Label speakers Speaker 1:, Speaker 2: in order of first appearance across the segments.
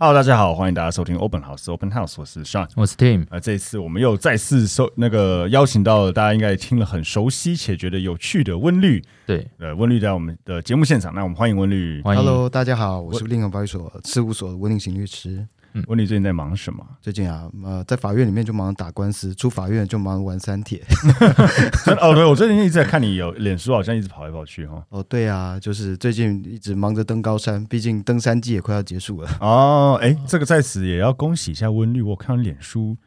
Speaker 1: Hello，大家好，欢迎大家收听 Open House Open House，我是 Sean。
Speaker 2: 我是 Tim，
Speaker 1: 呃，这一次我们又再次收那个邀请到了大家应该也听了很熟悉且觉得有趣的温律，
Speaker 2: 对，
Speaker 1: 呃，温律在我们的节目现场，那我们欢迎温律。
Speaker 2: 欢迎
Speaker 3: Hello，大家好，我是令和派出所事务所的温令行律师。
Speaker 1: 温律最近在忙什么？
Speaker 3: 最近啊，呃，在法院里面就忙打官司，出法院就忙玩三铁。
Speaker 1: 真哦，对，我最近一直在看你有脸书，好像一直跑来跑去哈。
Speaker 3: 哦，对啊，就是最近一直忙着登高山，毕竟登山季也快要结束了。
Speaker 1: 哦，哎，这个在此也要恭喜一下温律，我看到脸书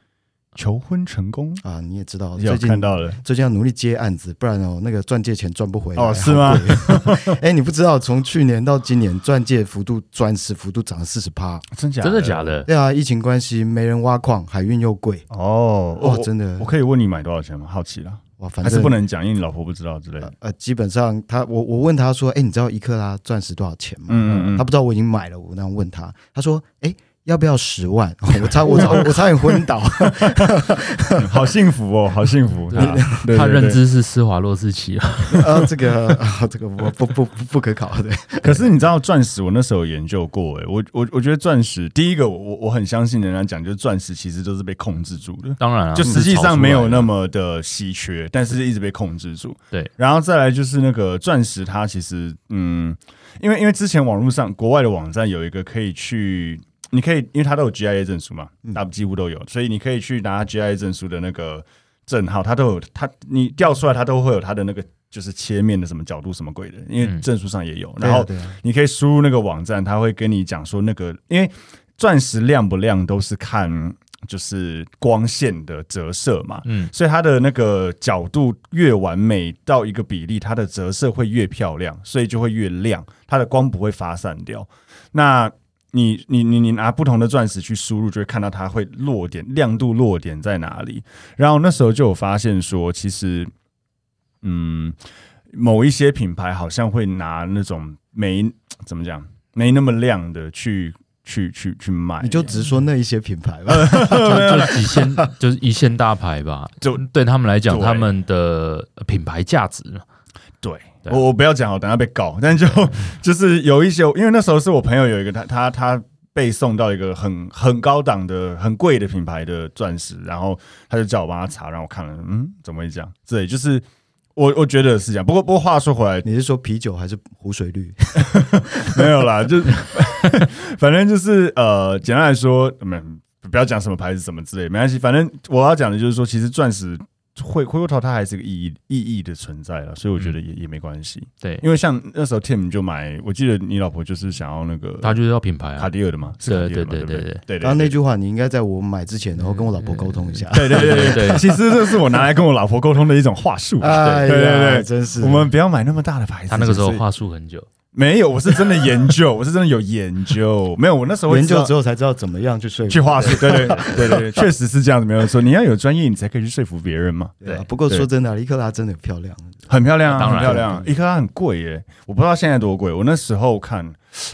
Speaker 1: 求婚成功，
Speaker 3: 啊，你也知道，
Speaker 1: 有
Speaker 3: 最近
Speaker 1: 看到了。
Speaker 3: 最近要努力接案子，不然哦，那个钻戒钱赚不回来。
Speaker 1: 哦，是吗？
Speaker 3: 哎，你不知道，从去年到今年，钻戒幅度、钻石幅度涨了四十趴。
Speaker 1: 真假？
Speaker 2: 真的假？的？
Speaker 3: 对啊，疫情关系没人挖矿，海运又贵，
Speaker 1: 哦，
Speaker 3: 哇
Speaker 1: 我，
Speaker 3: 真的
Speaker 1: 我可以问你买多少钱吗？好奇了，
Speaker 3: 哇，反
Speaker 1: 还是
Speaker 3: 正
Speaker 1: 不能讲，因为你老婆不知道之类的。
Speaker 3: 呃，基本上他我我问他说，哎、你知道一克拉钻石多少钱吗？
Speaker 1: 嗯嗯嗯
Speaker 3: 他不知道我已经买了，我那样问他，他说，哎、要不要十万？ 我差我差我差点昏 倒。
Speaker 1: 好幸福哦，好幸福。
Speaker 2: 对啊
Speaker 1: 对
Speaker 2: 他
Speaker 1: 对
Speaker 2: 认
Speaker 1: 对
Speaker 2: 知是施华洛世奇啊，
Speaker 3: 呃，这个、啊、这个我不不不不可考对。
Speaker 1: 可是你知道钻石，我那时候有研究过、欸诶，我我我觉得钻石，第一个我我我很相信人家讲，就是钻石其实都是被控制住的，
Speaker 2: 当然啊，
Speaker 1: 就实际上没有那
Speaker 2: 么
Speaker 1: 么的稀缺，但是一直被控制住。
Speaker 2: 对，
Speaker 1: 然后再来就是那个钻石，它其实嗯，因为因为之前网络上国外的网站有一个可以去，你可以因为它都有 GIA 证书嘛，大部几乎都有，所以你可以去拿 GIA 证书的那个证号，它都有它你调出来，它都会有它的那个就是切面的什么角度什么鬼的，因为
Speaker 2: 嗯
Speaker 1: 证书上也有，
Speaker 3: 对
Speaker 1: 然
Speaker 3: 啊
Speaker 1: 后
Speaker 3: 对啊
Speaker 1: 你可以输入那个网站，他会跟你讲说那个，因为钻石亮不亮都是看就是光线的折射嘛，
Speaker 2: 嗯，
Speaker 1: 所以它的那个角度越完美到一个比例，它的折射会越漂亮，所以就会越亮，它的光不会发散掉。那你你你你拿不同的钻石去输入，就会看到它会落点亮度落点在哪里。然后那时候就有发现说，其实嗯，某一些品牌好像会拿那种没怎么讲没那么亮的去去去去卖，
Speaker 3: 你就只说那一些品牌
Speaker 1: 哎
Speaker 3: 吧。
Speaker 2: 就就 几线就是一线大牌吧，
Speaker 1: 啊就
Speaker 2: 对他们来讲，
Speaker 1: 对
Speaker 2: 他们的品牌价值嘛
Speaker 1: 对，
Speaker 2: 对啊嗯
Speaker 1: 我我不要讲，哦我等下被告。但就 就是有一些，因为那时候是我朋友有一个他他他被送到一个很很高档的、很贵的品牌的钻石，然后他就叫我帮他查，让我看了，嗯，怎么会这样？对，就是我我觉得是这样。不过不过话说回来，
Speaker 3: 你是说啤酒还是湖水绿？
Speaker 1: 没有啦，就 反正就是呃，简单来说，没不要讲什么牌子什么之类，没关系。反正我要讲的就是说，其实钻石会回过头，它还是个意义意义的存在了，所以我
Speaker 2: 嗯
Speaker 1: 觉得也、也没关系。
Speaker 2: 对，
Speaker 1: 因为像那时候 Tim 就买，我记得你老婆就是想要那个
Speaker 2: 他就是要品牌
Speaker 1: 卡
Speaker 2: 啊，
Speaker 1: 迪尔的嘛，是卡
Speaker 2: 对
Speaker 1: 迪尔嘛，
Speaker 2: 对
Speaker 1: 不
Speaker 2: 对
Speaker 1: 对
Speaker 2: 对
Speaker 1: 对对
Speaker 3: 刚刚那句话你应该在我买之前，然后跟我老婆沟通一下。
Speaker 1: 对对对对
Speaker 2: 对
Speaker 1: 对，
Speaker 2: 对
Speaker 1: 其实这是我拿来跟我老婆沟通的一种话术。
Speaker 3: 哎呀，
Speaker 1: 对对对
Speaker 3: 真是
Speaker 1: 我们不要买那么大的牌子。
Speaker 2: 他那个时候
Speaker 1: 就是
Speaker 2: 话术很久，
Speaker 1: 没有，我是真的研究，我是真的有研究。没有，我那时候会
Speaker 3: 研
Speaker 1: 知道
Speaker 3: 究之后才知道怎么样去说服
Speaker 1: 去话术，对对对对对，确实是这样子。没有错，你要有专业，你才可以去说服别人嘛。
Speaker 3: 对啊
Speaker 2: 对
Speaker 3: 不过
Speaker 1: 对
Speaker 3: 说真的啊，伊克拉真的很漂亮。
Speaker 1: 很漂亮啊，
Speaker 2: 当然
Speaker 1: 很漂亮啊，一克拉很贵耶，我不知道现在多贵。我那时候看，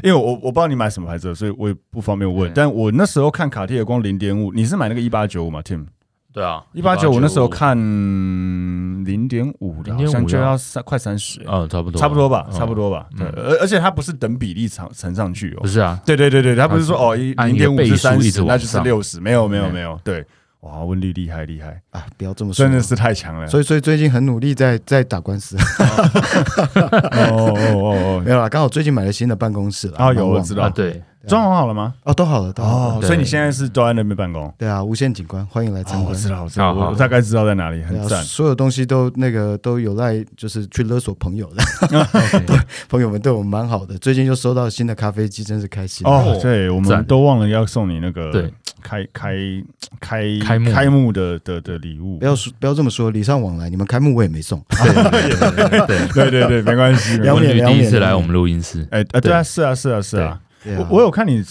Speaker 1: 因为我我不知道你买什么牌子的，所以我也不方便问。
Speaker 2: 嗯
Speaker 1: 但我那时候看卡地尔光零点五，你是买那个一八九五嘛，Tim？
Speaker 2: 对啊，
Speaker 1: 一八九五那时候看零点五的，好像
Speaker 2: 0.5
Speaker 1: 就要三快三十，
Speaker 2: 嗯，差不多，
Speaker 1: 差不多吧，
Speaker 2: 嗯
Speaker 1: 差不多吧。对，
Speaker 2: 嗯
Speaker 1: 而而且它不是等比例乘乘上去哦
Speaker 2: 不，是啊，
Speaker 1: 对对对对，他不是说
Speaker 2: 它是
Speaker 1: 哦一
Speaker 2: 按
Speaker 1: 零
Speaker 2: 一个
Speaker 1: 点五
Speaker 2: 倍
Speaker 1: 是
Speaker 2: 数
Speaker 1: 三
Speaker 2: 一
Speaker 1: 十
Speaker 2: 直，往
Speaker 1: 那就是
Speaker 2: 上
Speaker 1: 六十，没有没有
Speaker 2: 嗯
Speaker 1: 没有，对，哇，温丽厉害厉害，
Speaker 3: 啊，不要这么说，
Speaker 1: 真的。是嗯太强了。
Speaker 3: 所以，所以最近很努力在在打官司，
Speaker 1: 哦哦哦 哦
Speaker 3: 没有啦，刚好最近买了新的办公室了。
Speaker 1: 啊有
Speaker 3: 蛮旺
Speaker 1: 我知道
Speaker 2: 啊，对，
Speaker 1: 哦，装潢好了吗？
Speaker 3: 哦，都好了，都好了。
Speaker 1: 哦，
Speaker 2: 对
Speaker 1: 所以你现在是都在那边办公？
Speaker 3: 对啊，无限景观，欢迎来参
Speaker 1: 哦，我
Speaker 3: 观。
Speaker 1: 知道，我知道，
Speaker 2: 好好
Speaker 1: 我我大概知道在哪里，很
Speaker 3: 对啊，
Speaker 1: 赞。
Speaker 3: 所有东西都那个都有赖，就是去勒索朋友 的，
Speaker 2: OK，
Speaker 3: 朋友们对我们蛮好的。最近又收到新的咖啡机，真是开心。
Speaker 1: 哦
Speaker 2: 哦，
Speaker 1: 对，我们
Speaker 2: 赞
Speaker 1: 都忘了要送你那个
Speaker 2: 对
Speaker 1: 开开开
Speaker 2: 开幕
Speaker 1: 开幕的的的礼物
Speaker 3: 不。要说不要这么说，礼尚往来，你们开幕我也没送。
Speaker 2: 对对对，
Speaker 1: 对对对，没关系，没
Speaker 3: 两
Speaker 1: 关系。
Speaker 2: 温
Speaker 3: 秒面
Speaker 2: 律
Speaker 3: 两
Speaker 2: 第一
Speaker 3: 面
Speaker 2: 次来
Speaker 3: 两
Speaker 2: 我们录音室，
Speaker 1: 哎啊，对啊，是啊，是啊，是啊。
Speaker 3: 对啊
Speaker 1: 我我有看你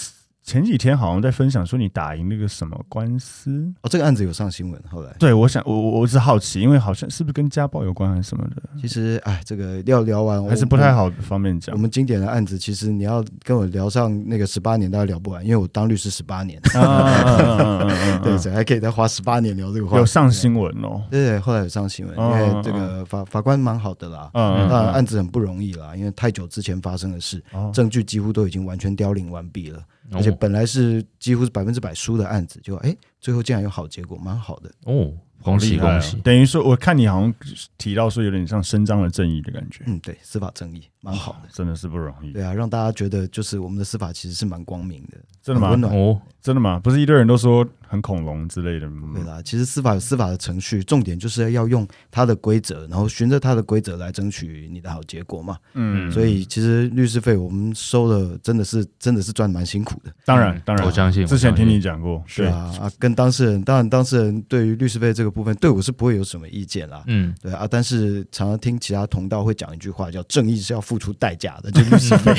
Speaker 1: 前几天好像在分享说你打赢那个什么官司，
Speaker 3: 哦，这个案子有上新闻，后来
Speaker 1: 对我想我我我只好奇，因为好像是不是跟家暴有关还是啊什么的，
Speaker 3: 其实哎，这个要聊完
Speaker 1: 嗯还是不太。好方便
Speaker 3: 我
Speaker 1: 讲
Speaker 3: 我。们经典的案子，其实你要跟我聊上那个十八年，大概聊不完，因为我当律师十八年，
Speaker 1: 啊啊啊啊啊
Speaker 3: 对，这还可以再花十八年聊这个话
Speaker 1: 有
Speaker 3: 题。
Speaker 1: 上新闻哦，
Speaker 3: 对对，后来有上新闻，因
Speaker 1: 嗯嗯
Speaker 3: 为
Speaker 1: 嗯
Speaker 3: 这个法法官蛮好的啦，
Speaker 1: 嗯嗯
Speaker 3: 当
Speaker 1: 嗯
Speaker 3: 然案子很不容易啦，因为太久之前发生的事，
Speaker 1: 哦，
Speaker 3: 证据几乎都已经完全凋零完毕了，
Speaker 2: 哦
Speaker 3: 而且本来是几乎是百分之百输的案子，就哎，最后竟然有好结果，蛮好的。
Speaker 2: 哦，恭
Speaker 1: 好
Speaker 2: 喜
Speaker 1: 厉害
Speaker 2: 恭
Speaker 1: 哦
Speaker 2: 喜，
Speaker 1: 等于说，我看你好像提到说有点像伸张了正义的感觉，
Speaker 3: 嗯，对，司法正义蛮好的。
Speaker 1: 真的是不容易，
Speaker 3: 对啊，让大家觉得就是我们的司法其实是蛮光明的，
Speaker 1: 真的
Speaker 3: 很温
Speaker 1: 吗？
Speaker 3: 暖。
Speaker 2: 哦，
Speaker 1: 真的吗？不是一堆人都说很恐龙之类的吗
Speaker 3: 对？啦，其实司法有司法的程序，重点就是要用它的规则，然后循着它的规则来争取你的好结果嘛。
Speaker 1: 嗯，
Speaker 3: 所以其实律师费我们收了，真的是真的是赚蛮辛苦的。
Speaker 1: 当然当
Speaker 2: 嗯我
Speaker 1: 然，
Speaker 2: 相信，
Speaker 1: 之前
Speaker 2: 我相信
Speaker 1: 听你讲过，
Speaker 3: 是
Speaker 1: 对，
Speaker 3: 啊，啊，跟当事人，当然当事人对于律师费这个部分，对我是不会有什么意见啦。
Speaker 2: 嗯，
Speaker 3: 对啊，但是常常听其他同道会讲一句话，叫“正义是要付出代价的”，就律
Speaker 1: 嗯
Speaker 3: 师费。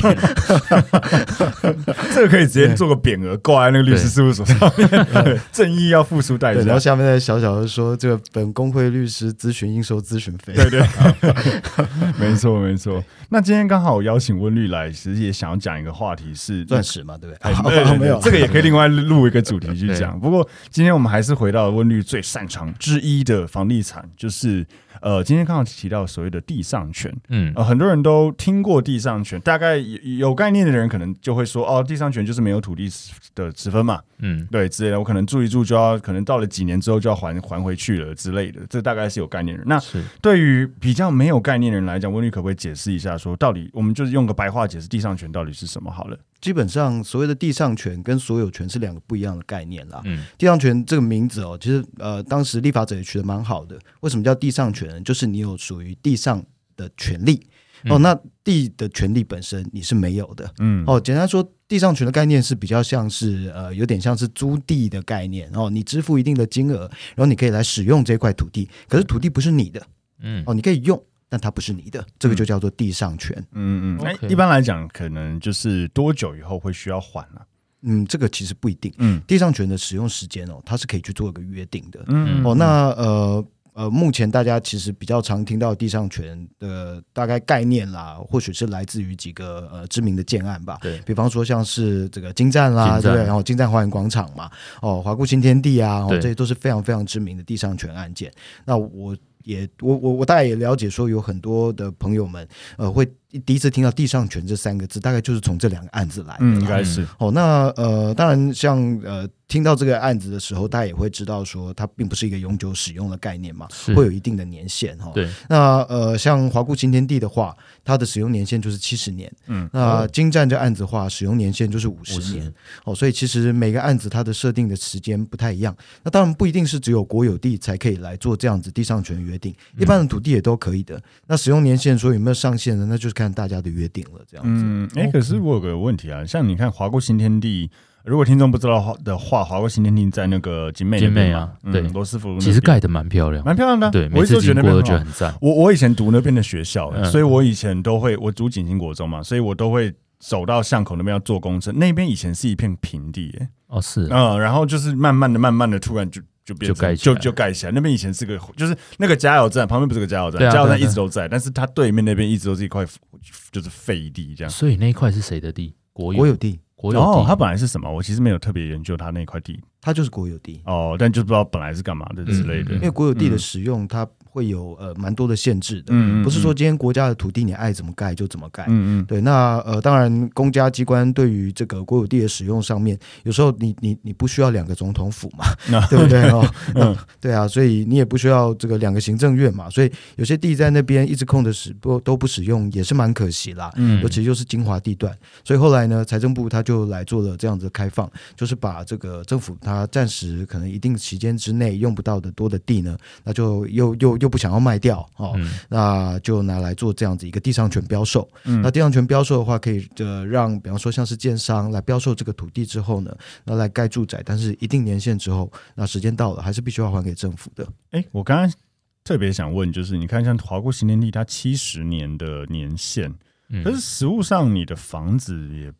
Speaker 1: 这个可以直接做个匾额挂在那个律师事务所上面， 对正义要付出代
Speaker 3: 对，然
Speaker 1: 价
Speaker 3: 后。下面再小小的说，这个本工会律师咨询应收咨询费。
Speaker 1: 对对，没错没错。那今天刚好我邀请温律来，其实也想要讲一个话题是
Speaker 3: 钻石嘛，对不 对？
Speaker 1: 哎
Speaker 3: 啊
Speaker 1: 对对
Speaker 3: 没有
Speaker 1: 对这个也可以另外录一个主题去讲。不过今天我们还是回到温律最擅长之一的房地产，就是呃，今天刚好提到所谓的地上权。
Speaker 2: 嗯，
Speaker 1: 呃，很多人都听过地上权，大概有有概念的人可能就会说，哦，地上权就是没有土地的持分嘛，
Speaker 2: 嗯，
Speaker 1: 对之类的。我可能住一住就要，可能到了几年之后就要还还回去了之类的，这大概是有概念的人。那
Speaker 2: 是，
Speaker 1: 对于比较没有概念的人来讲，温律可不可以解释一下说到底我们就是用个白话解释地上权到底是什么好了？
Speaker 3: 基本上所谓的地上权跟所有权是两个不一样的概念啦。
Speaker 2: 嗯，
Speaker 3: 地上权这个名字哦，其实呃，当时立法者也取得蛮好的。为什么叫地上权呢？就是你有属于地上的权利哦，
Speaker 2: 嗯
Speaker 3: 那地的权利本身你是没有的。
Speaker 1: 嗯，
Speaker 3: 哦，简单说，地上权的概念是比较像是呃，有点像是租地的概念哦。你支付一定的金额，然后你可以来使用这块土地，可是土地不是你的
Speaker 2: 嗯，
Speaker 3: 哦，你可以用，但它不是你的，这个就叫做地上权。
Speaker 1: 嗯嗯，那
Speaker 2: OK
Speaker 1: 一般来讲，可能就是多久以后会需要还啊？
Speaker 3: 嗯，这个其实不一定。
Speaker 1: 嗯
Speaker 3: 地上权的使用时间哦，它是可以去做一个约定的。
Speaker 1: 嗯
Speaker 3: 哦，那呃呃，目前大家其实比较常听到地上权的大概概念啦，或许是来自于几个呃知名的建案吧。
Speaker 2: 对，
Speaker 3: 比方说像是这个金站啦，
Speaker 2: 金站
Speaker 3: 对不对？然哦后金站花园广场嘛，哦，华固新天地啊，哦，
Speaker 2: 对
Speaker 3: 这些都是非常非常知名的地上权案件。那我。也，我我我大概也了解，说有很多的朋友们，呃，会第一次听到“地上权”这三个字，大概就是从这两个案子来的啦。
Speaker 1: 嗯，应该是
Speaker 3: 哦，那呃，当然像，呃，听到这个案子的时候，大家也会知道说，它并不是一个永久使用的概念嘛，
Speaker 2: 是
Speaker 3: 会有一定的年限哈、哦。
Speaker 2: 对，
Speaker 3: 那呃，像华固新天地的话，它的使用年限就是七十年。
Speaker 1: 嗯，
Speaker 3: 那金站这案子的话，使用年限就是五十
Speaker 2: 50
Speaker 3: 年。哦，所以其实每个案子它的设定的时间不太一样。那当然不一定是只有国有地才可以来做这样子地上权约定，一般的土地也都可以的。那使用年限说有没有上限呢？那就是看大家的约定了，这样子。
Speaker 1: 嗯，哎、可是我有个问题啊，像你看华固新天地，如果听众不知道的话，华固新天地在那个景美那
Speaker 2: 景美
Speaker 1: 边嘛
Speaker 2: 啊
Speaker 1: 嗯
Speaker 2: 对
Speaker 1: 罗斯福路那
Speaker 2: 其实
Speaker 1: 边
Speaker 2: 盖的蛮漂亮，
Speaker 1: 蛮漂亮的啊，
Speaker 2: 对，每
Speaker 1: 我一直
Speaker 2: 次
Speaker 1: 都觉
Speaker 2: 经
Speaker 1: 得那
Speaker 2: 过
Speaker 1: 边很
Speaker 2: 都觉
Speaker 1: 好
Speaker 2: 得很赞，
Speaker 1: 我我以前读那边的学校、
Speaker 2: 嗯
Speaker 1: 所以我以前都会，我读景星国中嘛，所以我都会走到巷口那边要坐公车。那边以前是一片平地、欸，
Speaker 2: 哦，是啊，
Speaker 1: 嗯，然后就是慢慢的、慢慢的，突然就就变成
Speaker 2: 就盖起
Speaker 1: 就
Speaker 2: 来
Speaker 1: 就盖起来。那边以前是个，就是那个加油站旁边不是个加油站，
Speaker 2: 对啊
Speaker 1: 加油站
Speaker 2: 对啊
Speaker 1: 一直都在，但是它对面那边一直都是一块就是废地这样。
Speaker 2: 所以那一块是谁的地？国
Speaker 3: 啊国有
Speaker 2: 有
Speaker 3: 地，
Speaker 2: 国有
Speaker 1: 哦，它
Speaker 2: 地，嗯
Speaker 1: 本来是什么？我其实没有特别研究它那块地
Speaker 3: 它就是国有地。
Speaker 1: 哦，但就不知道本来是干嘛的之类的。
Speaker 2: 嗯
Speaker 3: 因为国有地的使用，它会有呃蛮多的限制的，
Speaker 1: 嗯
Speaker 3: 不是说今天国家的土地你爱怎么盖就怎么盖。
Speaker 1: 嗯嗯
Speaker 3: 对，那呃，当然，公家机关对于这个国有地的使用上面，有时候你你你不需要两个总统府嘛，对不对哦？那对啊，所以你也不需要这个两个行政院嘛，所以有些地在那边一直空着使不都不使用，也是蛮可惜啦。
Speaker 1: 嗯
Speaker 3: 尤其又是精华地段，所以后来呢，财政部他就来做了这样子的开放，就是把这个政府它暂时可能一定期间之内用不到的多的地呢，那就又又又不想要卖掉哦，
Speaker 2: 嗯
Speaker 3: 那就拿来做这样子一个地上权标售。
Speaker 1: 嗯
Speaker 3: 那地上权标售的话，可以呃让比方说像是建商来标售这个土地之后呢，那来盖住宅，但是一定年限之后，那时间到了还是必须要还给政府的。
Speaker 1: 哎，我刚刚特别想问，就是你看像华固新天地，它七十年的年限，
Speaker 2: 嗯
Speaker 1: 可是实物上你的房子也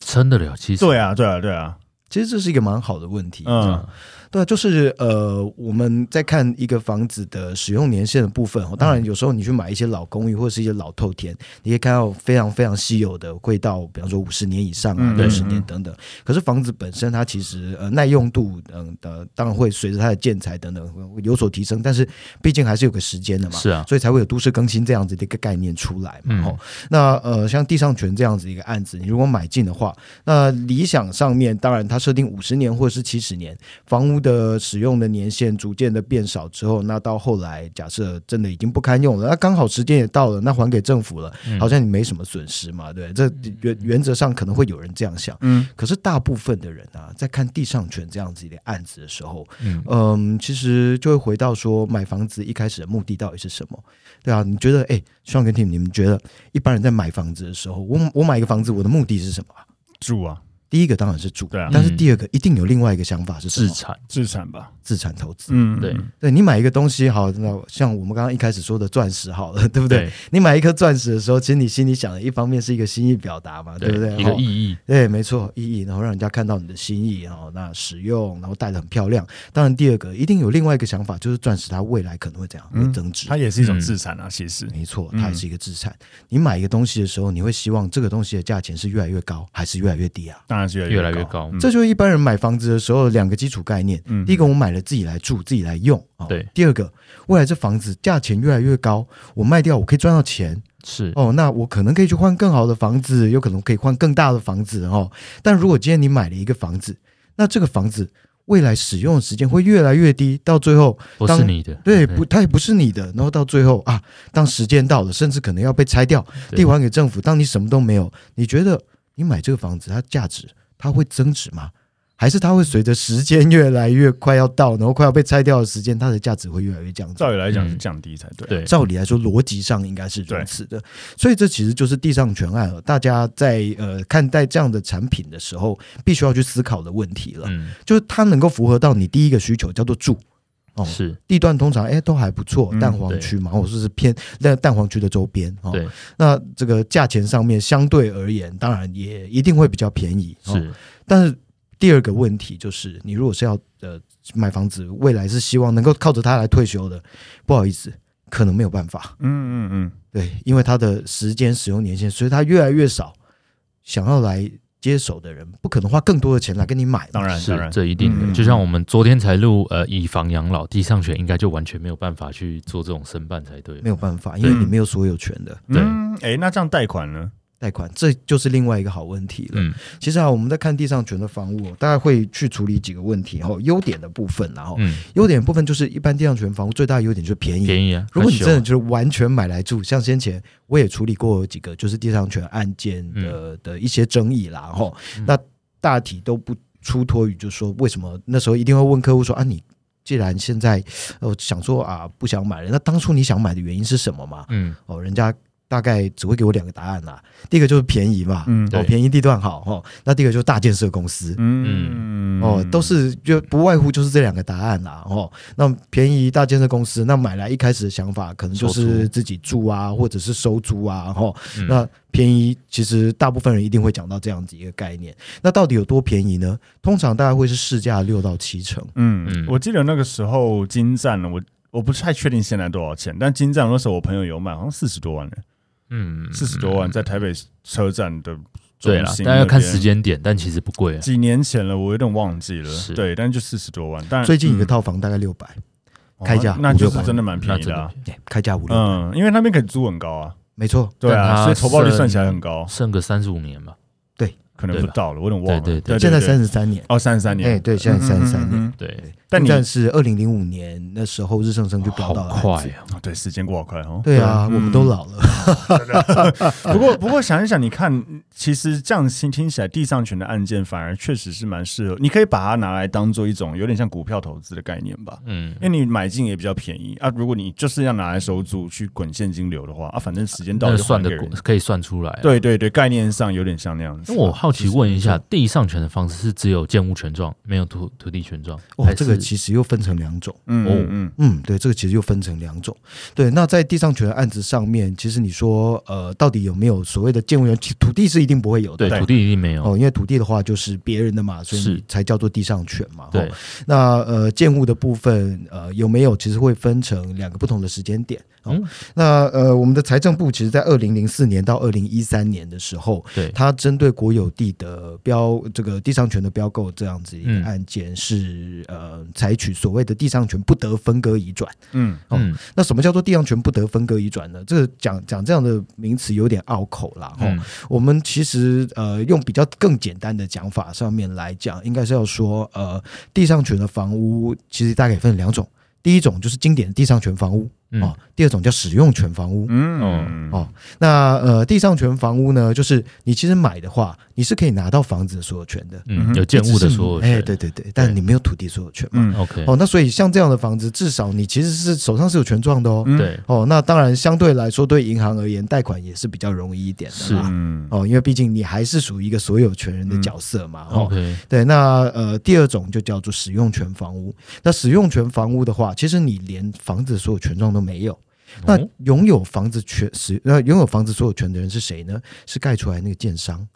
Speaker 2: 撑得了，其实
Speaker 1: 对啊，对啊，对啊，
Speaker 3: 其实这是一个蛮好的问题。
Speaker 1: 嗯
Speaker 3: 对啊，就是呃，我们在看一个房子的使用年限的部分、哦，当
Speaker 1: 嗯
Speaker 3: 然有时候你去买一些老公寓或是一些老透天，你可以看到非常非常稀有的，会到比方说五十年以上啊、
Speaker 1: 嗯
Speaker 3: 六十
Speaker 1: 嗯
Speaker 3: 年
Speaker 1: 嗯
Speaker 3: 等等。可是房子本身它其实呃耐用度嗯呃，当然会随着它的建材等等会有所提升，但是毕竟还是有个时间的嘛。
Speaker 2: 是啊，
Speaker 3: 所以才会有都市更新这样子的一个概念出来嘛。
Speaker 2: 嗯
Speaker 3: 哦，那呃，像地上权这样子一个案子，你如果买进的话，那理想上面当然它设定五十年或者是七十年，房屋的使用的年限逐渐的变少之后，那到后来假设真的已经不堪用了，那刚好时间也到了，那还给政府了，
Speaker 2: 嗯
Speaker 3: 好像你没什么损失嘛，对不对？这原原则上可能会有人这样想。
Speaker 1: 嗯
Speaker 3: 可是大部分的人啊，在看地上权这样子的案子的时候，
Speaker 2: 嗯
Speaker 3: 嗯，其实就会回到说，买房子一开始的目的到底是什么？对啊，你觉得，哎、s e a n 跟 Tim，你们觉得一般人在买房子的时候，我我买一个房子，我的目的是什么啊？
Speaker 1: 住啊，
Speaker 3: 第一个当然是住，
Speaker 1: 对啊
Speaker 3: 但是第二个一定有另外一个想法是什
Speaker 2: 自
Speaker 3: 么？
Speaker 2: 产，
Speaker 1: 资产吧，
Speaker 3: 资产投资。
Speaker 1: 嗯，
Speaker 2: 对
Speaker 1: 嗯
Speaker 3: 对你买一个东西，好，那像我们刚刚一开始说的钻石，好了，对不对？
Speaker 2: 对
Speaker 3: 你买一颗钻石的时候，其实你心里想的一方面是一个心意表达嘛，对不对？
Speaker 2: 一个
Speaker 3: 哦
Speaker 2: 意义，
Speaker 3: 对，没错，意义，然后让人家看到你的心意，然后那使用，然后戴的很漂亮。当然，第二个一定有另外一个想法，就是钻石它未来可能会怎样，会
Speaker 1: 嗯
Speaker 3: 增值。
Speaker 1: 它也是一种资产啊，其实，
Speaker 3: 没错，它也是一个资产。你买一个东西的时候，你会希望这个东西的价钱是越来越高，还是越来越低啊？
Speaker 1: 当然是
Speaker 2: 越
Speaker 1: 越
Speaker 2: 来越
Speaker 1: 越
Speaker 2: 高
Speaker 1: 嗯
Speaker 3: 这就是一般人买房子的时候两个基础概念。
Speaker 1: 嗯
Speaker 3: 第一个，我买了自己来住，自己来用。哦
Speaker 2: 对。
Speaker 3: 第二个，未来这房子价钱越来越高，我卖掉我可以赚到钱，
Speaker 2: 是
Speaker 3: 哦，那我可能可以去换更好的房子，有可能可以换更大的房子哦。但如果今天你买了一个房子，那这个房子未来使用的时间会越来越低，到最后
Speaker 2: 不是
Speaker 3: 当
Speaker 2: 你的？
Speaker 3: 对不，它也不是你的，然后到最后啊，当时间到了，甚至可能要被拆掉，
Speaker 2: 对
Speaker 3: 地还给政府。当你什么都没有，你觉得你买这个房子它价值它会增值吗？还是它会随着时间越来越快要到，然后快要被拆掉的时间，它的价值会越来越降低？
Speaker 1: 照理来讲
Speaker 2: 嗯
Speaker 1: 是降低才对，
Speaker 2: 对，
Speaker 3: 照理来说，逻辑上应该是如此的，所以这其实就是地上权案了。大家在呃看待这样的产品的时候，必须要去思考的问题了，
Speaker 2: 嗯，
Speaker 3: 就是它能够符合到你第一个需求，叫做住。哦，
Speaker 2: 是
Speaker 3: 地段通常哎都还不错，
Speaker 1: 嗯
Speaker 3: 蛋黄区嘛，或者是偏在蛋黄区的周边哦。
Speaker 2: 对，
Speaker 3: 那这个价钱上面相对而言，当然也一定会比较便宜。哦
Speaker 2: 是，
Speaker 3: 但是第二个问题就是，你如果是要呃买房子，未来是希望能够靠着它来退休的，不好意思，可能没有办法。
Speaker 1: 嗯嗯嗯，
Speaker 3: 对，因为它的时间使用年限，所以它越来越少。想要来接手的人，不可能花更多的钱来跟你买。
Speaker 1: 当，然当
Speaker 2: 是
Speaker 1: 然，
Speaker 2: 这一定的，
Speaker 3: 嗯
Speaker 2: 就像我们昨天才录呃以房养老，地上权应该就完全没有办法去做这种申办才对
Speaker 3: 没。有办法，因为
Speaker 1: 对
Speaker 3: 你没有所有权的
Speaker 2: 对
Speaker 1: 嗯，哎，那这样贷款呢？
Speaker 3: 贷款，这就是另外一个好问题了。
Speaker 2: 嗯，
Speaker 3: 其实啊，我们在看地上权的房屋，大概会去处理几个问题哦，优点的部分啦，然后
Speaker 2: 嗯，
Speaker 3: 优点的部分就是一般地上权房屋最大的优点就是便宜。
Speaker 2: 便宜啊。
Speaker 3: 如
Speaker 2: 很
Speaker 3: 果哦你
Speaker 2: 小
Speaker 3: 真的就是完全买来住，像先前我也处理过几个就是地上权案件的、的一些争议啦，吼，
Speaker 2: 嗯
Speaker 3: 那大体都不出脱于就说为什么那时候一定会问客户说啊你。既然现在，呃，想说啊，不想买了，那当初你想买的原因是什么嘛？
Speaker 2: 嗯，
Speaker 3: 哦，人家大概只会给我两个答案啦。第一个就是便宜嘛，
Speaker 1: 嗯
Speaker 2: 对
Speaker 3: 哦，便宜地段好哦。那第二个就是大建设公司，
Speaker 1: 嗯
Speaker 3: 哦，都是就不外乎就是这两个答案啦、哦，那便宜大建设公司，那买来一开始的想法可能就
Speaker 2: 收
Speaker 3: 是
Speaker 2: 租
Speaker 3: 自己住啊，或者是收租啊。哦，
Speaker 2: 嗯
Speaker 3: 那便宜其实大部分人一定会讲到这样子一个概念。那到底有多便宜呢？通常大概会是市价六到七成。
Speaker 1: 嗯
Speaker 2: 嗯，
Speaker 1: 我记得那个时候金站，我我不太确定现在多少钱，但金站那时候我朋友有买，好像四十多万呢，
Speaker 2: 嗯
Speaker 1: 四十多万在台北车站的中
Speaker 2: 对了，
Speaker 1: 心
Speaker 2: 大家要看
Speaker 1: 那边
Speaker 2: 时间点，但其实不贵啊。
Speaker 1: 几年前了，我有点忘记了
Speaker 2: 是，
Speaker 1: 对，但就四十多万，但
Speaker 3: 最近一个
Speaker 1: 嗯
Speaker 3: 套房大概六百、
Speaker 1: 哦
Speaker 3: 开价
Speaker 1: 那那就
Speaker 3: 500
Speaker 1: 是真的蛮便宜的
Speaker 2: 那
Speaker 1: 啊
Speaker 2: 真，
Speaker 3: 0开价五六、
Speaker 1: 嗯，因为那边可以租很高啊，
Speaker 3: 没错。
Speaker 1: 对
Speaker 2: 但
Speaker 1: 啊，
Speaker 2: 它
Speaker 1: 所以投报率算起来很高，
Speaker 2: 剩个三十五年吧。
Speaker 1: 可能不到了，我有点忘了，
Speaker 2: 对对
Speaker 1: 对，
Speaker 2: 对
Speaker 3: 现在
Speaker 1: 对
Speaker 3: 三十三年，
Speaker 1: 哦三十三年，
Speaker 3: 哎对现在
Speaker 1: 嗯
Speaker 3: 33
Speaker 1: 嗯嗯嗯
Speaker 2: 对，
Speaker 1: 但你
Speaker 3: 但是二零零五年那时候日盛生就标
Speaker 2: 好
Speaker 3: 到了案子，
Speaker 2: 快啊！
Speaker 1: 哦对时间过好快哦，
Speaker 3: 对啊，
Speaker 1: 嗯
Speaker 3: 我们都老了。
Speaker 1: 不过，不过想一想，你看，其实这样听听起来，地上权的案件反而确实是蛮适合，你可以把它拿来当做一种有点像股票投资的概念吧。
Speaker 2: 嗯，
Speaker 1: 因为你买进也比较便宜啊，如果你就是要拿来收租去滚现金流的话啊，反正时间到
Speaker 2: 那
Speaker 1: 了就
Speaker 2: 算
Speaker 1: 还给
Speaker 2: 的
Speaker 1: 人。
Speaker 2: 可以算出来啊。
Speaker 1: 对对对，概念上有点像那样子。
Speaker 2: 因为我好奇问一下，地上权的方式是只有建物权状，没有土土地权状？
Speaker 3: 哦
Speaker 2: 还，
Speaker 3: 这个
Speaker 2: 是
Speaker 3: 其实又分成两种。
Speaker 1: 嗯
Speaker 2: 哦
Speaker 1: 嗯
Speaker 3: 嗯，对，这个其实又分成两种。对，那在地上权的案子上面，其实你说呃，到底有没有所谓的建物权？其土地是一定不会有的。
Speaker 2: 对
Speaker 1: 对
Speaker 2: 土地一定没有。
Speaker 3: 哦，因为土地的话就是别人的嘛，所以
Speaker 2: 是
Speaker 3: 你才叫做地上权嘛。
Speaker 2: 对
Speaker 3: 哦，那呃，建物的部分呃有没有，其实会分成两个不同的时间点。哦
Speaker 2: 嗯
Speaker 3: 那呃，我们的财政部其实在二零零四年到二零一三年的时候，
Speaker 2: 对，
Speaker 3: 它针对国有地的标这个地上权的标购这样子一
Speaker 2: 嗯
Speaker 3: 个案件是、呃采取所谓的地上权不得分割移转。
Speaker 1: 嗯
Speaker 2: 嗯
Speaker 3: 那什么叫做地上权不得分割移转呢？这个讲讲这样的名词有点拗口啦。哦，
Speaker 2: 嗯
Speaker 3: 我们其实呃用比较更简单的讲法上面来讲，应该是要说呃地上权的房屋其实大概也分两种，第一种就是经典的地上权房屋
Speaker 2: 嗯
Speaker 3: 哦，第二种叫使用权房屋。
Speaker 1: 嗯
Speaker 3: 哦那呃，地上权房屋呢，就是你其实买的话，你是可以拿到房子的所有权的，
Speaker 2: 嗯，
Speaker 1: 嗯
Speaker 2: 有建物的所有
Speaker 3: 只
Speaker 2: 权。
Speaker 3: 是你哎，对对对，但你没有土地所有权嘛。
Speaker 1: 嗯
Speaker 2: OK，
Speaker 3: 哦，那所以像这样的房子，至少你其实是手上是有权状的哦。
Speaker 1: 嗯
Speaker 2: 对，
Speaker 3: 哦，那当然相对来说，对银行而言，贷款也是比较容易一点的啦。
Speaker 1: 嗯
Speaker 3: 哦，因为毕竟你还是属于一个所有权人的角色嘛。哦，
Speaker 2: OK，
Speaker 3: 对，那呃，第二种就叫做使用权房屋。那使用权房屋的话，其实你连房子所有权状都没有。那
Speaker 2: 哦
Speaker 3: 拥有房子权使呃拥有房子所有权的人是谁呢？是盖出来那个建商。哦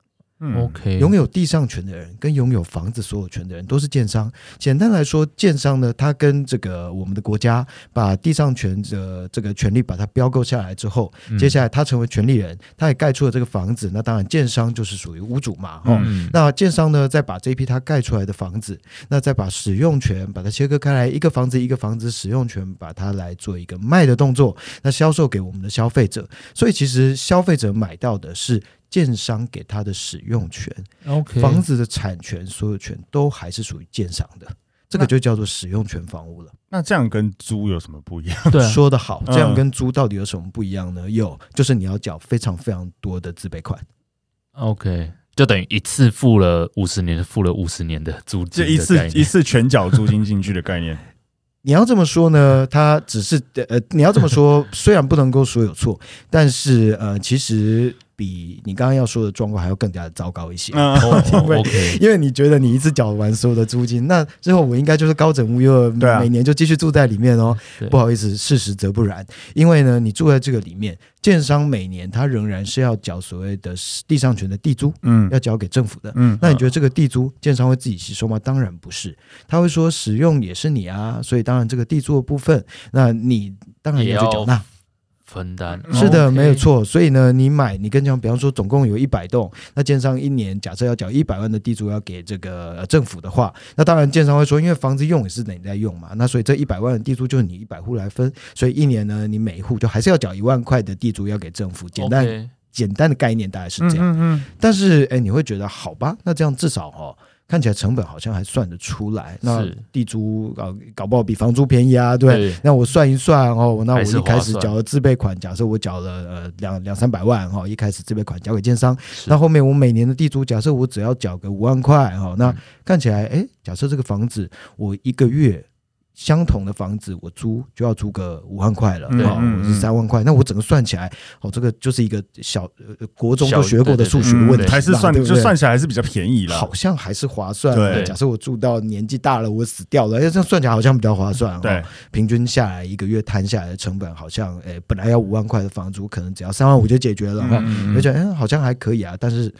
Speaker 1: 嗯
Speaker 2: OK，
Speaker 3: 拥有地上权的人跟拥有房子所有权的人都是建商。简单来说，建商呢，他跟这个我们的国家把地上权的这个权利把它标购下来之后，接下来他成为权利人，他也盖出了这个房子，那当然建商就是属于屋主嘛，哦。
Speaker 2: 嗯
Speaker 3: 那建商呢，再把这一批他盖出来的房子，那再把使用权把它切割开来，一个房子一个房子使用权，把它来做一个卖的动作，那销售给我们的消费者。所以其实消费者买到的是建商给他的使用权，
Speaker 1: 嗯
Speaker 2: OK，
Speaker 3: 房子的产权、所有权都还是属于建商的。这个
Speaker 1: 那
Speaker 3: 就叫做使用权房屋了。
Speaker 1: 那这样跟租有什么不一 样？
Speaker 2: 对啊，
Speaker 3: 说得好，
Speaker 1: 嗯
Speaker 3: 这样跟租到底有什么不一样呢？有，就是你要缴非常非常多的自备款。
Speaker 2: OK，就等于一次付了五十年，付了五十年的租
Speaker 1: 这
Speaker 2: 金的
Speaker 1: 一次
Speaker 2: 概念
Speaker 1: 一次全缴租金进去的概 念，
Speaker 3: 你要这么说呢，它只是呃，你要这 么说，虽然不能够说有错，但是呃，其实比你刚刚要说的状况还要更加的糟糕一些。
Speaker 1: 嗯
Speaker 2: 哦哦
Speaker 3: 因为
Speaker 2: OK，
Speaker 3: 因为你觉得你一次缴完所有的租金，那之后我应该就是高枕无忧，
Speaker 1: 对啊
Speaker 3: 每年就继续住在里面哦
Speaker 2: 对。
Speaker 3: 不好意思，事实则不然，因为呢，你住在这个里面，建商每年他仍然是要缴所谓的地上权的地租，
Speaker 1: 嗯
Speaker 3: 要缴给政府的。
Speaker 1: 嗯，
Speaker 3: 那你觉得这个地租建商会自己吸收吗？当然不是，他会说使用也是你啊，所以当然这个地租的部分，那你当然
Speaker 2: 也
Speaker 3: 要去缴
Speaker 2: 要
Speaker 3: 纳。
Speaker 2: 分担
Speaker 1: 嗯
Speaker 3: 是的，
Speaker 2: 哦 OK
Speaker 3: 没有错。所以呢，你买，你跟讲，比方说总共有一百栋，那建商一年假设要缴一百万的地租要给这个、呃政府的话，那当然建商会说，因为房子用也是你在用嘛，那所以这一百万的地租就是你一百户来分，所以一年呢，你每一户就还是要缴一万块的地租要给政府。简单
Speaker 2: OK，
Speaker 3: 简单的概念大概是这样。
Speaker 1: 嗯
Speaker 3: 但是哎，你会觉得好吧？那这样至少哦，看起来成本好像还算得出来。那
Speaker 2: 是
Speaker 3: 地租搞搞不好比房租便宜啊，对。那我算一算哦，那我
Speaker 2: 还是
Speaker 3: 一开始
Speaker 2: 划算
Speaker 3: 缴了自备款，假设我缴了呃两两三百万哈、哦，一开始自备款交给建商，
Speaker 2: 是
Speaker 3: 那后面我每年的地租，假设我只要缴个五万块哈、哦，那
Speaker 2: 嗯
Speaker 3: 看起来哎，假设这个房子我一个月。相同的房子，我租就要租个五万块了，
Speaker 1: 嗯
Speaker 3: 哦，
Speaker 1: 嗯
Speaker 3: 我是
Speaker 1: 嗯
Speaker 3: 三万块，那我整个算起来，哦，这个就是一个小呃国中
Speaker 2: 小
Speaker 3: 都学过
Speaker 2: 对
Speaker 3: 的
Speaker 2: 对
Speaker 3: 数
Speaker 2: 对
Speaker 3: 学
Speaker 1: 嗯
Speaker 3: 问题啦，
Speaker 1: 还是算
Speaker 3: 对不
Speaker 1: 就
Speaker 3: 对
Speaker 1: 算起来还是比较便宜了。
Speaker 3: 好像还是划算啊。
Speaker 1: 对
Speaker 3: 假设我住到年纪大了，我死掉了，哎，这样算起来好像比较划算、哦。
Speaker 1: 对，
Speaker 3: 平均下来一个月摊下来的成本，好像诶、本来要五万块的房租，可能只要三万五就解决了。哈，
Speaker 1: 嗯
Speaker 3: 而且嗯，好像还可以啊。但是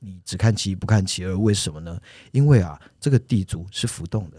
Speaker 3: 你只看其一不看其二，为什么呢？因为啊，这个地租是浮动的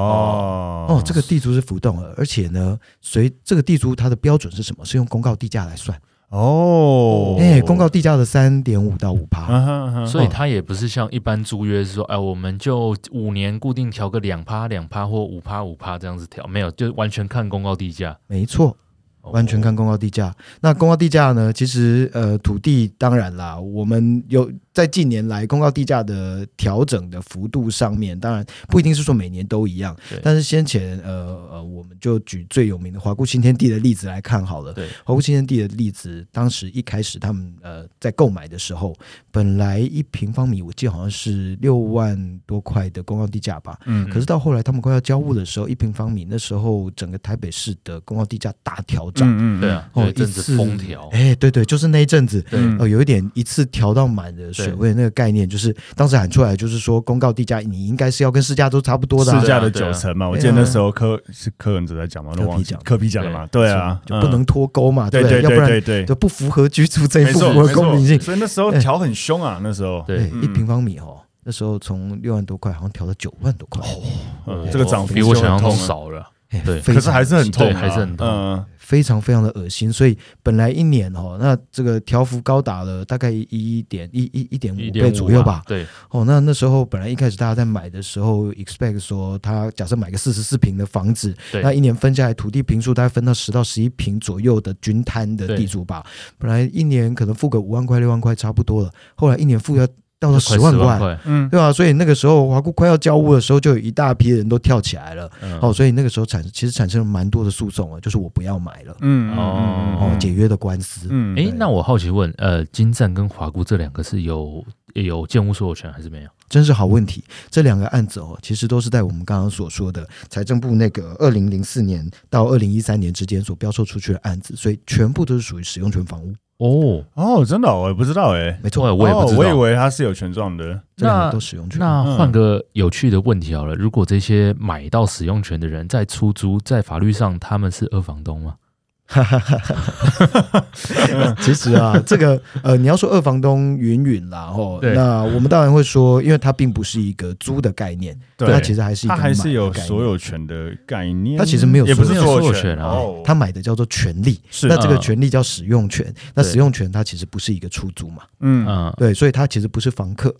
Speaker 1: 哦
Speaker 3: 哦，这个地租是浮动的，而且呢，随这个地租它的标准是什么？是用公告地价来算。
Speaker 1: 哦，
Speaker 3: 哎、公告地价的三点五到五趴。
Speaker 1: 嗯哼，嗯哼
Speaker 2: 所以它也不是像一般租约是说，哎，我们就五年固定调个两趴两趴或五趴五趴这样子调，没有，就是完全看公告地价，
Speaker 3: 没错，
Speaker 2: 哦
Speaker 3: 完全看公告地价。那公告地价呢？其实呃，土地当然啦，我们有在近年来公告地价的调整的幅度上面，当然不一定是说每年都一样
Speaker 2: 对，
Speaker 3: 但是先前呃呃，我们就举最有名的华固新天地的例子来看好了。
Speaker 2: 对，
Speaker 3: 华固新天地的例子，当时一开始他们呃在购买的时候，本来一平方米我记得好像是六万多块的公告地价吧，
Speaker 1: 嗯
Speaker 3: 可是到后来他们快要交屋的时候，一平方米那时候整个台北市的公告地价大调调涨。
Speaker 1: 嗯嗯，
Speaker 2: 对啊，
Speaker 3: 哦
Speaker 2: 有一阵
Speaker 3: 一次
Speaker 2: 子封条，
Speaker 3: 哎，对对，就是那一阵子，
Speaker 2: 对
Speaker 1: 嗯
Speaker 3: 哦，有一点一次调到满的水位那个概念，就是当时喊出来，就是说公告地价你应该是要跟市价都差不多的、啊，
Speaker 1: 市价的
Speaker 2: 对啊
Speaker 1: 九成嘛，我
Speaker 3: 对啊
Speaker 1: 记得那时候柯是柯文哲在讲嘛，都忘记
Speaker 3: 柯
Speaker 1: 柯比讲的嘛，对啊，
Speaker 3: 就不能
Speaker 1: 嗯
Speaker 3: 脱钩嘛，
Speaker 1: 对
Speaker 3: 不
Speaker 1: 对
Speaker 3: 要不然
Speaker 1: 对对对，
Speaker 3: 就不符合居住正义，
Speaker 1: 没
Speaker 3: 不
Speaker 1: 错
Speaker 3: 符
Speaker 1: 没
Speaker 3: 合
Speaker 1: 错
Speaker 3: 公平性。哎
Speaker 1: 所以那时候调很凶啊，那时候
Speaker 2: 对
Speaker 3: 哎一
Speaker 1: 嗯
Speaker 3: 平方米哦，那时候从六万多块好像调到九万多块，
Speaker 1: 嗯
Speaker 2: 哦
Speaker 1: 这个涨幅
Speaker 2: 比我想象
Speaker 1: 就
Speaker 2: 中
Speaker 1: 很痛啊
Speaker 2: 少了。
Speaker 3: 哎
Speaker 2: 对
Speaker 3: 非
Speaker 1: 可
Speaker 3: 常
Speaker 1: 是还是很痛啊，
Speaker 2: 对还是很痛
Speaker 1: 嗯
Speaker 3: 非常非常的恶心。所以本来一年哦，那这个调幅高达了大概一点一一一点
Speaker 2: 一
Speaker 3: 五
Speaker 2: 点
Speaker 3: 倍
Speaker 2: 五
Speaker 3: 嗯左右
Speaker 1: 啊
Speaker 3: 吧。
Speaker 2: 对，
Speaker 3: 哦，那那时候本来一开始大家在买的时候，expect 说他假设买个四十四平的房子，
Speaker 2: 对
Speaker 3: 那一年分下来土地平数大概分到十到十一平左右的均摊的
Speaker 2: 对
Speaker 3: 地主吧，本来一年可能付个五万块六万块差不多了，后来一年付要到了
Speaker 2: 快
Speaker 3: 十万块，
Speaker 2: 块，
Speaker 1: 嗯，
Speaker 3: 对啊，所以那个时候华固快要交屋的时候，就有一大批人都跳起来了。
Speaker 2: 嗯
Speaker 3: 哦，所以那个时候产其实产生了蛮多的诉讼啊，就是我不要买了，
Speaker 1: 嗯
Speaker 2: 哦
Speaker 3: 哦，解约的官司。
Speaker 1: 嗯
Speaker 2: 哎
Speaker 3: 对，
Speaker 2: 那我好奇问，呃，金赞跟华固这两个是有有建物所有权还是没有？
Speaker 3: 真是好问题。这两个案子哦，其实都是在我们刚刚所说的财政部那个二零零四年到二零一三年之间所标售出去的案子，所以全部都是属于使用权房屋。
Speaker 2: 哦，
Speaker 1: 哦，真的哦我也不知道哎，
Speaker 3: 没错，
Speaker 2: 错，我也不知
Speaker 1: 哦我以
Speaker 2: 道。
Speaker 1: 为他是有嗯权状的，
Speaker 3: 这两
Speaker 2: 那
Speaker 3: 个都使用权。
Speaker 2: 那换个有趣的问题好了，如果这些买到使用权的人在出租，在法律上他们是二房东吗？
Speaker 3: 其实啊，这个呃，你要说二房东云云啦，哦，
Speaker 2: 对
Speaker 3: 那我们当然会说，因为它并不是一个租的概念，
Speaker 1: 对
Speaker 3: 它其实还是一个
Speaker 1: 他还是
Speaker 3: 买
Speaker 1: 有
Speaker 3: 的概念
Speaker 1: 所有权的概念，
Speaker 3: 他其实没有
Speaker 1: 也不是
Speaker 2: 所有
Speaker 1: 有
Speaker 2: 权啊
Speaker 1: 哦
Speaker 3: 他买的叫做权利，
Speaker 1: 是啊
Speaker 3: 那这个
Speaker 2: 嗯
Speaker 3: 权利叫使用权，那
Speaker 2: 对
Speaker 3: 使用权它其实不是一个出租嘛，
Speaker 1: 嗯
Speaker 2: 嗯，
Speaker 3: 对，所以它其实不是房客，
Speaker 2: 哦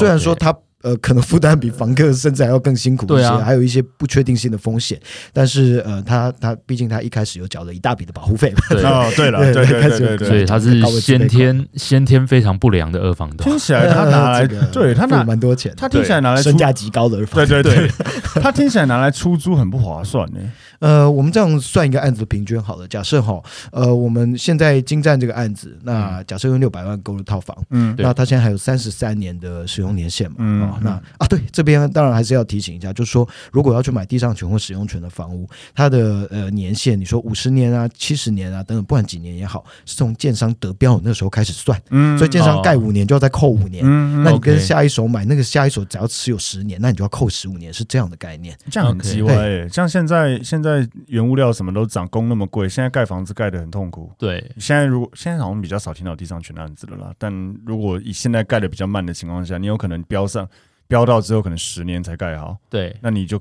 Speaker 3: 虽然说
Speaker 2: OK
Speaker 3: 它呃可能负担比房客甚至还要更辛苦一
Speaker 2: 对
Speaker 3: 些，
Speaker 2: 啊
Speaker 3: 还有一些不确定性的风险，但是呃，它它毕竟它一开始有缴了一大笔的保护费嘛，
Speaker 2: 对，
Speaker 1: 哦对了
Speaker 3: 对
Speaker 1: 对对
Speaker 3: 开
Speaker 1: 对
Speaker 3: 始
Speaker 1: 对
Speaker 3: 有
Speaker 2: 所
Speaker 1: 对，
Speaker 2: 以他是先天先天非常不良的二房东
Speaker 1: 听。起来他拿来
Speaker 3: 这个
Speaker 1: 对他拿
Speaker 3: 付蛮多钱的，
Speaker 1: 他听起来拿来出
Speaker 3: 身价极高的二房
Speaker 1: 对对对，他听起来拿来出租很不划算呢。
Speaker 3: 呃，我们这样算一个案子的平均好了。假设哈，呃，我们现在金站这个案子，
Speaker 2: 嗯
Speaker 3: 那假设用六百万购入套房，
Speaker 1: 嗯
Speaker 2: 对
Speaker 3: 那他现在还有三十三年的使用年限嘛？
Speaker 1: 嗯
Speaker 3: 哦，那啊，对，这边当然还是要提醒一下，就是说，如果要去买地上权或使用权的房屋，它的呃年限，你说五十年啊、七十年啊等等，不管几年也好，是从建商得标的那时候开始算，
Speaker 1: 嗯
Speaker 3: 所以建商盖五年就要再扣五年。
Speaker 1: 嗯
Speaker 3: 那你跟
Speaker 2: OK
Speaker 3: 下一手买，那个下一手只要持有十年，那你就要扣十五年，是这样的概念。
Speaker 1: 这样很鸡歪欸。像现在现在原物料什么都涨，工那么贵，现在盖房子盖得很痛苦。
Speaker 2: 对，
Speaker 1: 现在如果现在好像比较少听到地上权的案子了啦，但如果以现在盖的比较慢的情况下，你有可能标上标到之后可能十年才盖好，
Speaker 2: 对，
Speaker 1: 那你就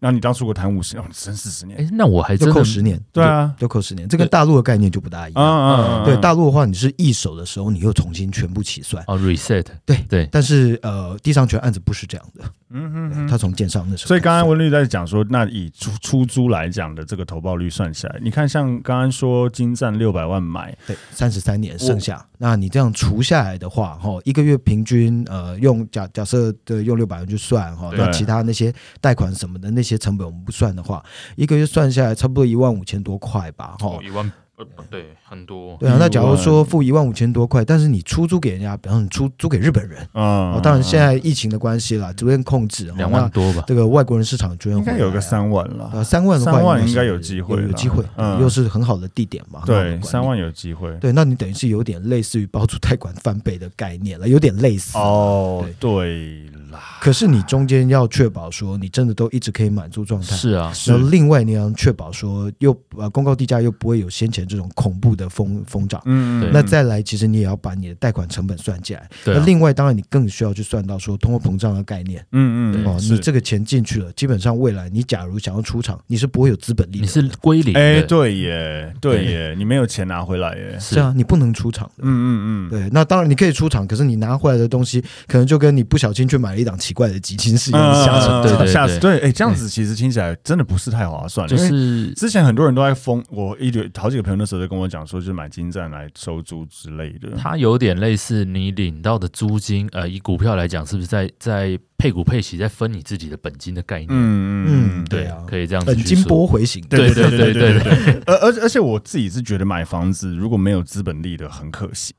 Speaker 1: 那你当初我谈五十，哦，你省四十年，
Speaker 2: 哎，那我还真
Speaker 3: 就扣
Speaker 2: 的
Speaker 3: 十年，
Speaker 1: 对啊，
Speaker 3: 就扣十年，这跟大陆的概念就不大一
Speaker 1: 啊
Speaker 3: 样。
Speaker 1: 啊，
Speaker 3: 对大陆的话，你是一手的时候，你又重新全部起算。
Speaker 2: 哦 reset，
Speaker 3: 对
Speaker 2: 对，
Speaker 3: 但是呃，地上权案子不是这样的，
Speaker 1: 嗯
Speaker 3: 对
Speaker 1: 嗯
Speaker 3: 他
Speaker 1: 嗯。
Speaker 3: 从建商那时候开始算。
Speaker 1: 所以刚刚温律在讲说，那以出出租来讲的这个投报率算起来，你看像刚刚说金站六百万买，
Speaker 3: 对三十三年剩下，那你这样除下来的话，哈，一个月平均呃，用假假设的用六百万去算哈，
Speaker 2: 对
Speaker 3: 那其他那些贷款什么的那些成本我们不算的话，一个月算下来差不多一万五千多块吧，
Speaker 1: 哦
Speaker 3: 哈。
Speaker 2: 一万，呃，对，很多，
Speaker 3: 对啊，那假如
Speaker 1: 一
Speaker 3: 说付一万五千多块，但是你出租给人家，比方说你出租给日本人，
Speaker 1: 嗯，
Speaker 3: 哦，当然现在疫情的关系啦，逐渐控制，哦
Speaker 2: 两万
Speaker 3: 那
Speaker 2: 多吧，
Speaker 3: 这个外国人市场居然
Speaker 1: 应该有个三万
Speaker 3: 呃
Speaker 1: 了，
Speaker 3: 三万的话，
Speaker 1: 三万应
Speaker 3: 是
Speaker 1: 该有机会
Speaker 3: 有
Speaker 1: 啦
Speaker 3: 有机会，
Speaker 1: 嗯
Speaker 3: 又是很好的地点嘛，很好的
Speaker 1: 对，
Speaker 3: 管理
Speaker 1: 三。万有机会。
Speaker 3: 对，那你等于是有点类似于包租贷款翻倍的概念了，有点类似。
Speaker 1: 哦，对啦，
Speaker 3: 可是你中间要确保说你真的都一直可以满足状态，
Speaker 2: 是啊，
Speaker 1: 是
Speaker 3: 然后另外你要确保说又呃公告地价又不会有先前这种恐怖的疯疯涨。
Speaker 1: 嗯
Speaker 2: 对
Speaker 3: 那再来，其实你也要把你的贷款成本算进来。
Speaker 2: 对
Speaker 3: 那
Speaker 2: 啊，
Speaker 3: 另外，当然你更需要去算到说通货膨胀的概念
Speaker 1: 嗯嗯
Speaker 2: 对
Speaker 3: 哦，
Speaker 1: 是
Speaker 3: 你这个钱进去了，基本上未来你假如想要出场，你是不会有资本
Speaker 2: 你
Speaker 3: 利的。
Speaker 2: 是归零
Speaker 1: 哎，
Speaker 2: 的，
Speaker 1: 对耶，对耶，你没有钱拿回来耶，
Speaker 2: 是
Speaker 3: 是啊，你不能出场的。
Speaker 1: 嗯嗯嗯，
Speaker 3: 对，那当然你可以出场，可是你拿回来的东西，可能就跟你不小心去买了一档奇怪的基金是一样的下
Speaker 1: 嗯
Speaker 3: 场。
Speaker 2: 对对
Speaker 1: 下次对，哎，这样子其实听起来真的不是太划算，
Speaker 2: 就
Speaker 1: 因为
Speaker 2: 是
Speaker 1: 之前很多人都在疯，我一有好几个朋友那时候在跟我讲说，就是买金站来收租之类的，
Speaker 2: 它有点类似你领到的租金，呃，以股票来讲，是不是在在配股配息，在分你自己的本金的概念？
Speaker 1: 嗯嗯嗯，
Speaker 3: 对啊
Speaker 2: 可以这样子
Speaker 3: 本
Speaker 2: 去
Speaker 3: 金
Speaker 2: 说
Speaker 3: 拨回型，
Speaker 2: 对
Speaker 1: 对对
Speaker 2: 对对
Speaker 1: 对
Speaker 2: 对
Speaker 1: 对，而而而且我自己是觉得买房子如果没有资本力的很可惜，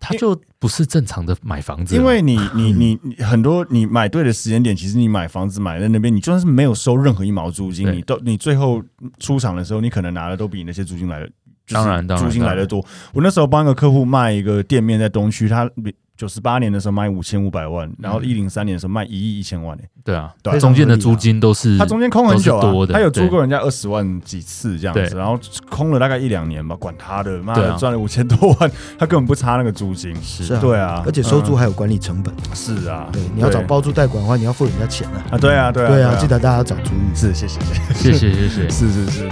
Speaker 2: 它就不是正常的买房子啊，
Speaker 1: 因为你你你你很多你买对的时间点，其实你买房子买在那边，你就算是没有收任何一毛租金，
Speaker 2: 对
Speaker 1: 你都你最后出场的时候，你可能拿的都比你那些租金来的，就是
Speaker 2: 当然当然
Speaker 1: 租金来的多。我那时候帮一个客户卖一个店面在东区，他九十八年的时候卖五千五百万，然
Speaker 2: 嗯
Speaker 1: 后一零三年的时候卖一亿一千万、欸，
Speaker 2: 对啊
Speaker 1: 对啊，
Speaker 2: 中间的租金都是
Speaker 1: 他中间空很久
Speaker 2: 嗯都
Speaker 1: 啊
Speaker 2: 是多，的
Speaker 1: 他有租过人家二十万几次这样子，
Speaker 2: 对
Speaker 1: 然后空了大概一两年吧，管他的，妈
Speaker 2: 对
Speaker 1: 的
Speaker 2: 啊
Speaker 1: 赚了五千多万，他根本不差那个租金。
Speaker 3: 是
Speaker 2: 是
Speaker 3: 啊，
Speaker 1: 对啊
Speaker 3: 而且收租还有管理成本，
Speaker 1: 是啊，
Speaker 3: 对，你要找包租代管的话，你要付人家钱啊。
Speaker 1: 啊，对啊，对啊，
Speaker 3: 对啊，记得大家要找注意。
Speaker 1: 是，谢谢，谢谢
Speaker 2: 谢谢谢谢。
Speaker 1: 是是是。